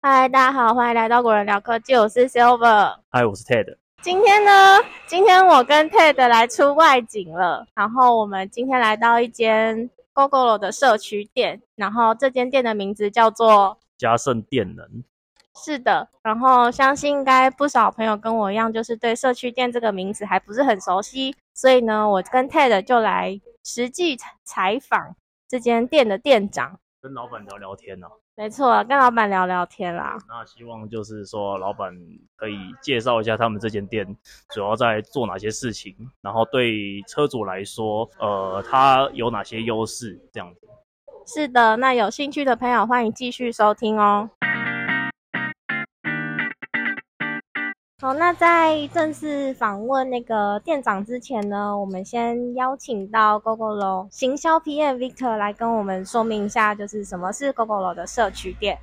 嗨，大家好，欢迎来到《果仁聊科技》，我是 Silver。嗨，我是 Ted。今天呢，今天我跟 Ted 来出外景了，然后我们今天来到一间 GoGoRo 的社区店，然后这间店的名字叫做嘉盛电能，是的，然后相信应该不少朋友跟我一样，就是对社区店这个名字还不是很熟悉，所以呢，我跟 Ted 就来实际采采访这间店的店长，跟老板聊聊天啊。没错，跟老板聊聊天啦。那希望就是说，老板可以介绍一下他们这间店主要在做哪些事情，然后对车主来说，呃，它有哪些优势？这样子。是的，那有兴趣的朋友欢迎继续收听哦。好，那在正式访问那个店长之前呢，我们先邀请到 GoGoLo 行销 PM Victor 来跟我们说明一下，就是什么是 GoGoLo 的社区店。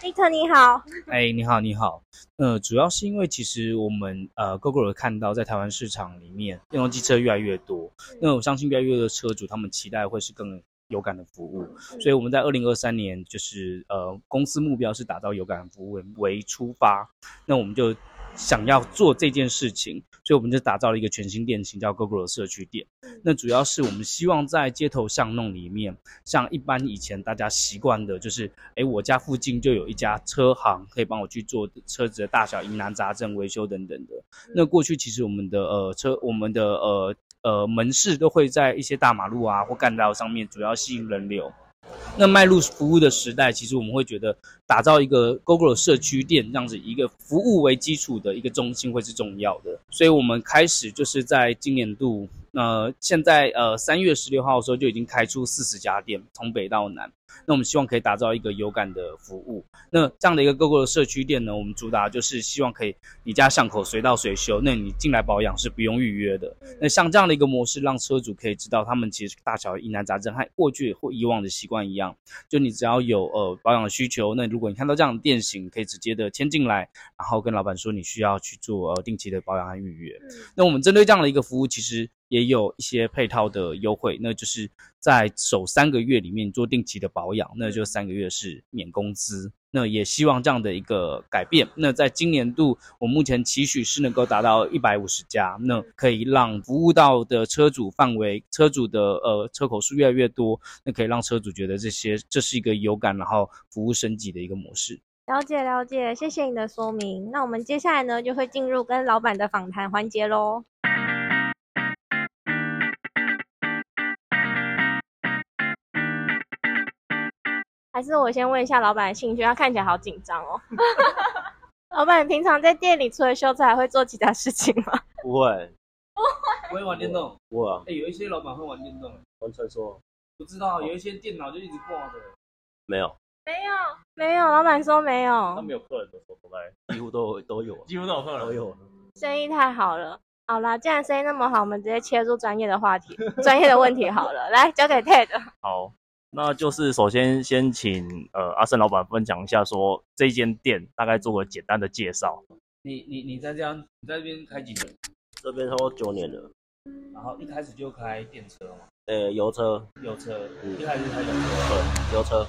Victor 你好，哎，你好，你好。呃，主要是因为其实我们呃 g o g o 看到在台湾市场里面，电动机车越来越多，那我相信越来越多的车主他们期待会是更有感的服务，所以我们在二零二三年就是呃公司目标是打造有感服务为出发，那我们就想要做这件事情，所以我们就打造了一个全新店型叫 g o g o 社区店。那主要是我们希望在街头巷弄里面，像一般以前大家习惯的，就是诶，我家附近就有一家车行可以帮我去做车子的大小疑难杂症、维修等等的。那过去其实我们的呃车，我们的呃呃门市都会在一些大马路啊或干道上面，主要吸引人流。那迈入服务的时代，其实我们会觉得打造一个 GoGo 社区店这样子一个服务为基础的一个中心会是重要的，所以我们开始就是在今年度，呃，现在呃三月十六号的时候就已经开出四十家店，从北到南。那我们希望可以打造一个有感的服务。那这样的一个 GoGo 的社区店呢，我们主打就是希望可以你家巷口随到随修，那你进来保养是不用预约的。那像这样的一个模式，让车主可以知道他们其实大小疑难杂症和过去或以往的习惯一样，就你只要有呃保养的需求，那如果你看到这样的店型，可以直接的签进来，然后跟老板说你需要去做呃定期的保养和预约。那我们针对这样的一个服务，其实也有一些配套的优惠，那就是在首三个月里面做定期的保养，那就三个月是免工资。那也希望这样的一个改变。那在今年度，我目前期许是能够达到一百五十家，那可以让服务到的车主范围、车主的呃车口数越来越多，那可以让车主觉得这些这是一个有感，然后服务升级的一个模式。了解了解，谢谢你的说明。那我们接下来呢，就会进入跟老板的访谈环节喽。还是我先问一下老板的兴趣，他看起来好紧张 哦。老板，你平常在店里除了修车，还会做其他事情吗？不会，我也玩电动，我啊，哎、有一些老板会玩电动，完全说不知道有一些电脑就一直挂着。没有， 没有，没有。老板说没他有，们有客人的时候，大概几乎都都有，几乎都有客都有。生意太好了。好啦，既然生意那么好，我们直接切入专业的话题、专业的问题好了。来，交给 Ted。好，那就是首先先请呃阿胜老板分享一下说，这间店大概做个简单的介绍。你你你在这样，你在这边开几年？这边差不多九年了，然后一开始就开电车嘛，呃、油车，油车，嗯一开始就开油车。油车，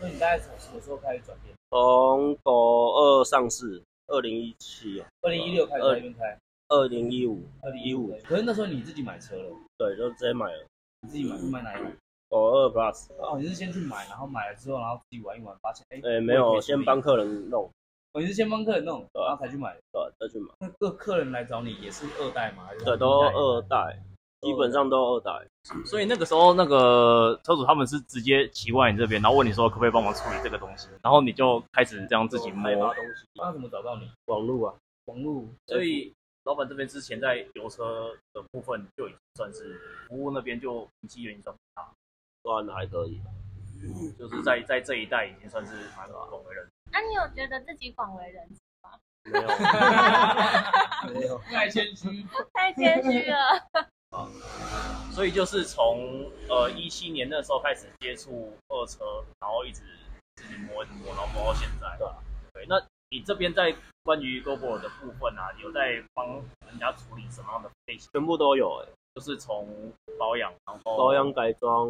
那你大概什么什么时候开始转变？从国二上市，二零一七，哦二零一六开始在那边开，二零一五，二零一五。可是那时候你自己买车了，对，就直接买了你自己买是买哪一款？国二 Plus，哦，你是先去买，然后买了之后，然后自己玩一玩，发现哎，哎、没我有，也可以处理先帮，客人弄，哦，你是先帮客人弄，然后才去买。对，啊再去买，那个客人来找你也是二代吗？还是对，都二代，基本上都二代，所以那个时候，那个车主他们是直接骑过来你这边，然后问你说可不可以帮忙处理这个东西，然后你就开始这样自己开摸发。东西，那怎么找到你？网路啊，网路所以老板这边之前在油车的部分就已经算是服务那边就名气已经算不大，算还可以，就是在在这一代已经算是蛮广为人知。那、啊你有觉得自己广为人知？没 有，没有，太谦虚，太谦虚了。所以就是从呃一七年那时候开始接触二车，然后一直自己摸一直摸，然后摸到现在。对对啊那你这边在关于 GoPro 的部分啊，有在帮人家处理什么样的类型？全部都有、哎，欸就是从保养，然后保养改装，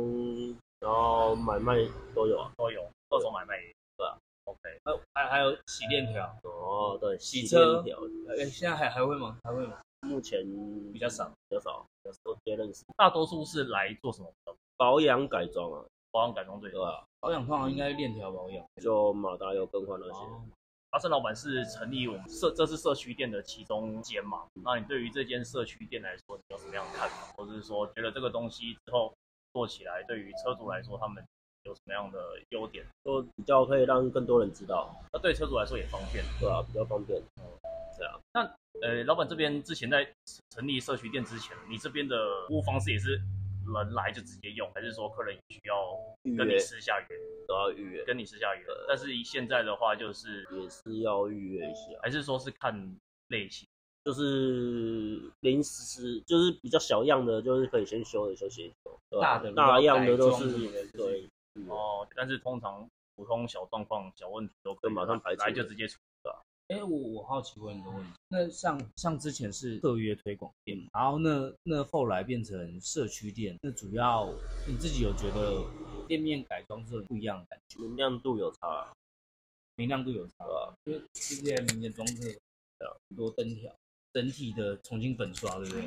然后买卖都有啊，都有，二手买卖也有对啊 OK，呃，还还有洗链条，哦，对，洗洗车链条呃，现在还还会吗？还会吗？目前比较少，比较少，有时候接认识大多数是来做什么的？保养改装啊，保养改装最对多。吧？保养通常应该链条保养。就马达油更换那些，哦，阿胜老板是成立我们社这是社区店的其中间嘛？那你对于这间社区店来说，你有什么样的看法，或者是说觉得这个东西之后做起来，对于车主来说他们有什么样的优点？就比较可以让更多人知道，那对车主来说也方便。对啊吧？比较方便。呃，老板这边之前在成立社区店之前，你这边的服务方式也是人来就直接用，还是说客人也需要预跟你约私下约？都要预约，跟你私下约？但是现在的话就是，也是要预约一下，还是说是看类型？就是临时就是比较小样的，就是可以先修的就先修，对大吧的大样的都改装的是对，哦，但是通常普通小状况、小问题都可以就马上排除来就直接处哎，我我好奇问一个问题，那像像之前是特约推广店嘛，然后那那后来变成社区店，那主要你自己有觉得店面改装之后不一样的感觉，明亮度有差，啊明亮度有差对？吧？因为之前明年装饰的很多灯条，整体的重新粉刷，对不 对？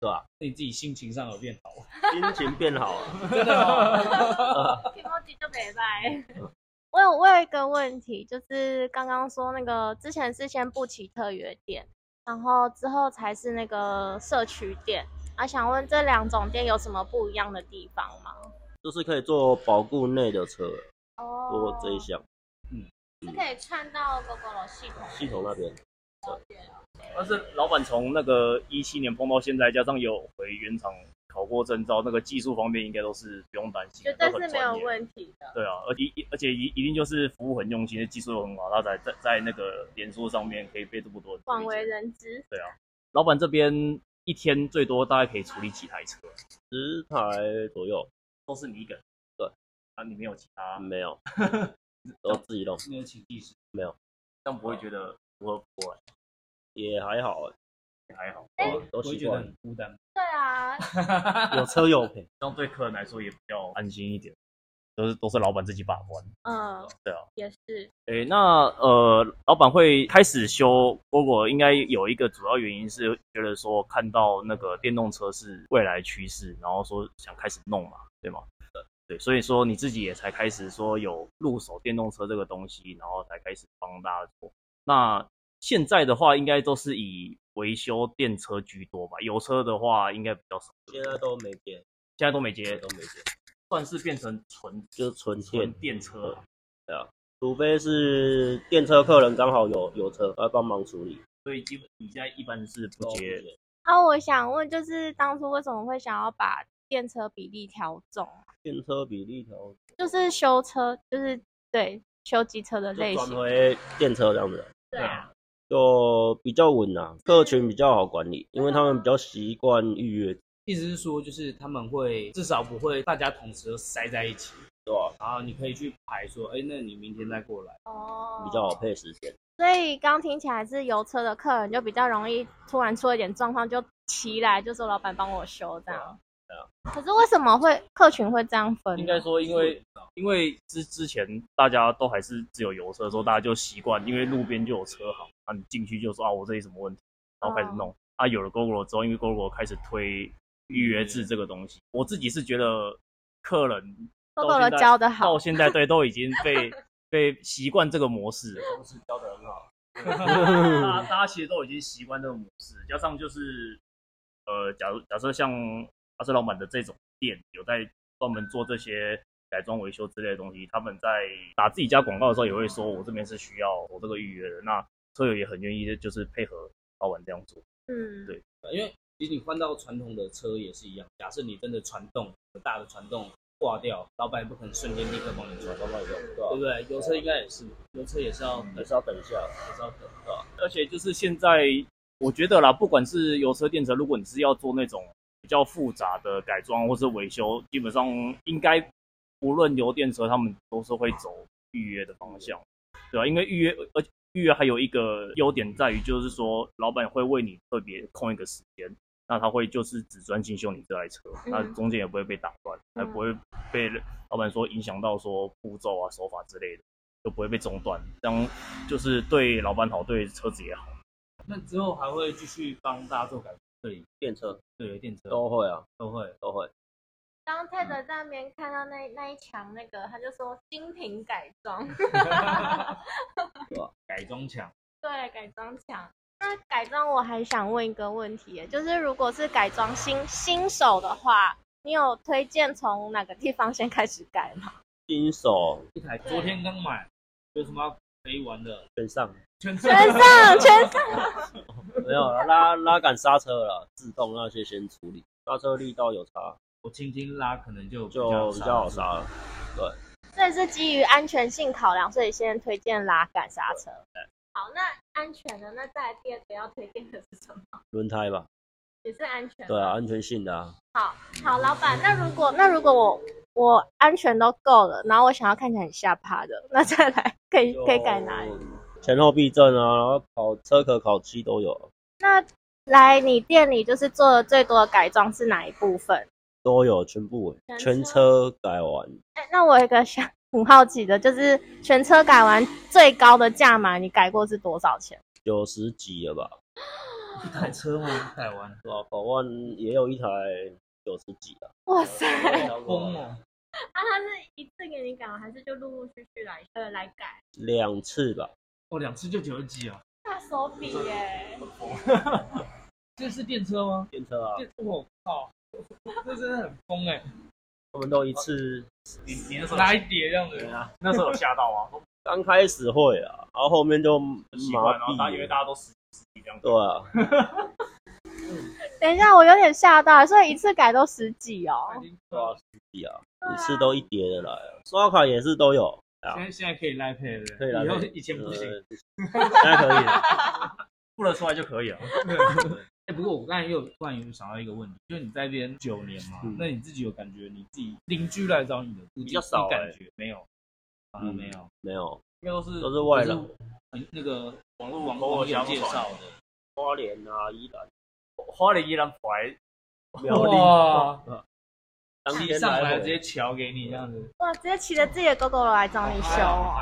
对吧？那你自己心情上有变好吗？心情变好啊了，真的吗？皮毛就没拜。我有我有一个问题，就是刚刚说那个之前是先布奇特约店，然后之后才是那个社区店。啊，想问这两种店有什么不一样的地方吗？就是可以做保固内的车，哦多这一项是可以串到 GoGo 系统系统那边但是老板从那个一七年碰到现在，加上有回原厂考过证照，那个技术方面应该都是不用担心绝的，对都是很没有专业。问题的。对啊，而一而且一一定就是服务很用心，技术又很好，他才在在那个脸书上面可以被这么多人广推为荐。人知，老板这边一天最多大概可以处理几台车？十台左右，都是你一个人？对，嗯啊，你没有其他，没有，都自己弄，没有请技师，这样不会觉得如何不会也还好欸，还好，哎都我会习觉得惯了，很孤单。 对啊，有车有赔，这样对客人来说也比较安心一点。都是都是老板自己把关。嗯，对啊，也是，诶，那呃，老板会开始修蝈蝈，应该有一个主要原因是觉得说看到那个电动车是未来趋势，然后说想开始弄嘛，对吗？对，所以说你自己也才开始说有入手电动车这个东西，然后才开始帮大家做。那现在的话，应该都是以维修电车居多吧？油车的话，应该比较少，现在都没变，现在都没接，都没变，算是变成纯就是纯纯电，电车了。除非是电车客人刚好有有车，要帮忙处理，所以基本你现在一般是不都不接接啊，我想问，就是当初为什么会想要把电车比例调重？啊电车比例条就是修车，就是对修机车的类就转型，回电车这样子，对啊，就比较稳啊，客群比较好管理，因为他们比较习惯预约，意思是说，就是他们会至少不会大家同时都塞在一起，对吧？然后你可以去排说，哎，那你明天再过来。哦，比较好配时间，所以刚听起来是油车的客人就比较容易突然出了一点状况就骑来就说老板帮我修这样。对啊可是为什么会客群会这样分呢？应该说，因为因为之之前大家都还是只有油车的时候，大家就习惯，因为路边就有车行，啊，你进去就说啊，我这里什么问题，然后开始弄。啊，有了 GoGo 之后，因为 GoGo 开始推预约制这个东西，我自己是觉得客人到 Gogoro 现在教得好到现在对都已经被 被习惯这个模式了。公司教的很好，大 家大家其实都已经习惯这个模式，加上就是呃，假如假设像阿瑟老板的这种店有在专门做这些改装维修之类的东西，他们在打自己家广告的时候也会说，我这边是需要我这个预约的，那车友也很愿意就是配合老板这样做。嗯，对因为其实你换到传统的车也是一样，假设你真的传动大的传动挂掉，老板也不可能瞬间立刻帮你传，马上卖掉，对对吧？不对？油车应该也是，油车也是要等，还也是要等一下，是要等。而且就是现在，我觉得啦，不管是油车、电车，如果你是要做那种比较复杂的改装或是维修，基本上应该无论油电车，他们都是会走预约的方向，对吧、因为预约，而且预约还有一个优点在于，就是说老板会为你特别空一个时间。那他会就是只专心修你这台车，那中间也嗯不会被打断，还不会被老板说影响到说步骤啊、手法之类的。就不会被中断，这样就是对老板好，对车子也好。那之后还会继续帮大家做改装，对电车对，电车都会啊，都会。都会。刚 Ted 在那边看到那那一墙那个，他就说精品改装，改装墙，对，改装墙。那改装我还想问一个问题耶，就是如果是改装新新手的话，你有推荐从哪个地方先开始改吗？新手一台对昨天刚买，有什么要可以玩的？全上全身全 上全上，没有啦拉拉杆刹车了，自动那些先处理，刹车力道有差我轻轻拉可能就就比较好刹刹。了。所以是基于安全性考量，所以先推荐拉杆刹车。好，那安全的，那再来第二个要推荐的是什么？轮胎吧，也是安全。对啊，安全性的啊，好，好，老板，那如果那如果我我安全都够了，然后我想要看起来很下趴的，那再来可以可以改哪里？前后避震啊，然后烤车壳烤漆都有，那来你店里就是做的最多的改装是哪一部分？都有全部欸全车全车改完，哎，那我有一个想很好奇的，就是全车改完最高的价码，你改过是多少钱？九十几了吧？一台车吗？改完对啊，跑万也有一台九十几啊，哇塞！超过疯哦！那、他啊是一次给你改完，还是就陆陆续续来呃来改？两次吧。哦，两次就九十几啊！大手笔耶！这是电车吗？电车啊，这我靠，这真的很疯哎！他们都一次，你你那时候拉一叠这样子，那时候有吓到啊，都刚开始会啊，然后后面就麻很奇怪，然后大家以痹为了。大家都十十几这样。对啊，等一下，我有点吓到，所以一次改都十几哦。已经对啊，十几啊，一次都一叠的来啊，刷卡也是都有啊现，在现在可以赖配了，可以啦以后可以以前不行。呃现在可以 了。付了出来就可以了。哎，不过我刚才又突然有想到一个问题，就是你在这边九年嘛嗯，那你自己有感觉你自己邻居来找你的比较少你感哎觉没有？啊，嗯没有，没有，应该都是都是外人，嗯那个网络网都有网友相介传绍的。花莲啊、宜兰、花莲依然怀苗栗，啊哇当骑天上来来直接瞧给你这样子，哇，直接骑着自己的狗狗来找你修哦。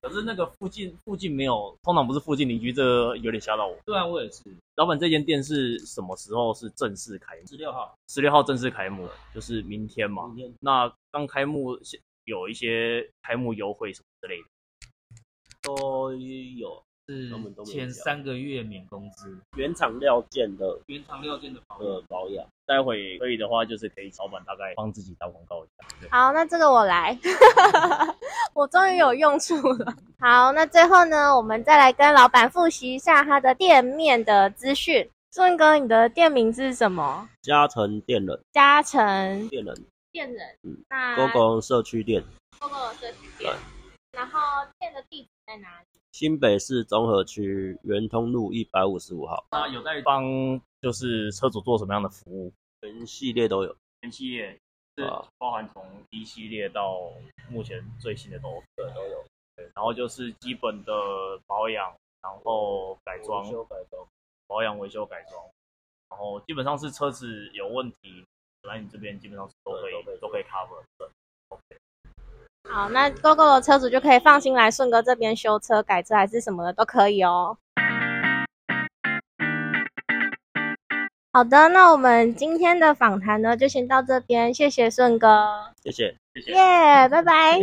可是那个附近 附近没有，通常不是附近邻居，这个有点吓到我。对啊，我也是，老板，这间店是什么时候是正式开幕？十六号，十六号正式开幕，就是明天嘛。明天那刚开幕是有一些开幕优惠什么之类的，都有是根本都没有前讲三个月免工资，原厂料件的原厂料件的保呃养。保养，待会可以的话，就是可以老板大概帮自己打广告一下。对，好，那这个我来， 我终于有用处了。好，那最后呢，我们再来跟老板复习一下他的店面的资讯。顺哥，你的店名是什么？加成电人嘉诚电人店人嗯，那 GoGo 社区店， GoGo 社区店对，然后店的地址在哪里？新北市综合区圆通路一百五十五号，那有在帮就是车主做什么样的服务？全系列都有。全系列是啊包含从一系列到目前最新的都对都有，对，然后就是基本的保养，然后改装、改装，保养、维修、改装，然后基本上是车子有问题，来你这边基本上是都可对以都可以都可以 cover 的。好，那 GoGo 的车主就可以放心来顺哥这边修车、改车还是什么的都可以哦。好的，那我们今天的访谈呢，就先到这边，谢谢顺哥。谢谢。耶，拜拜。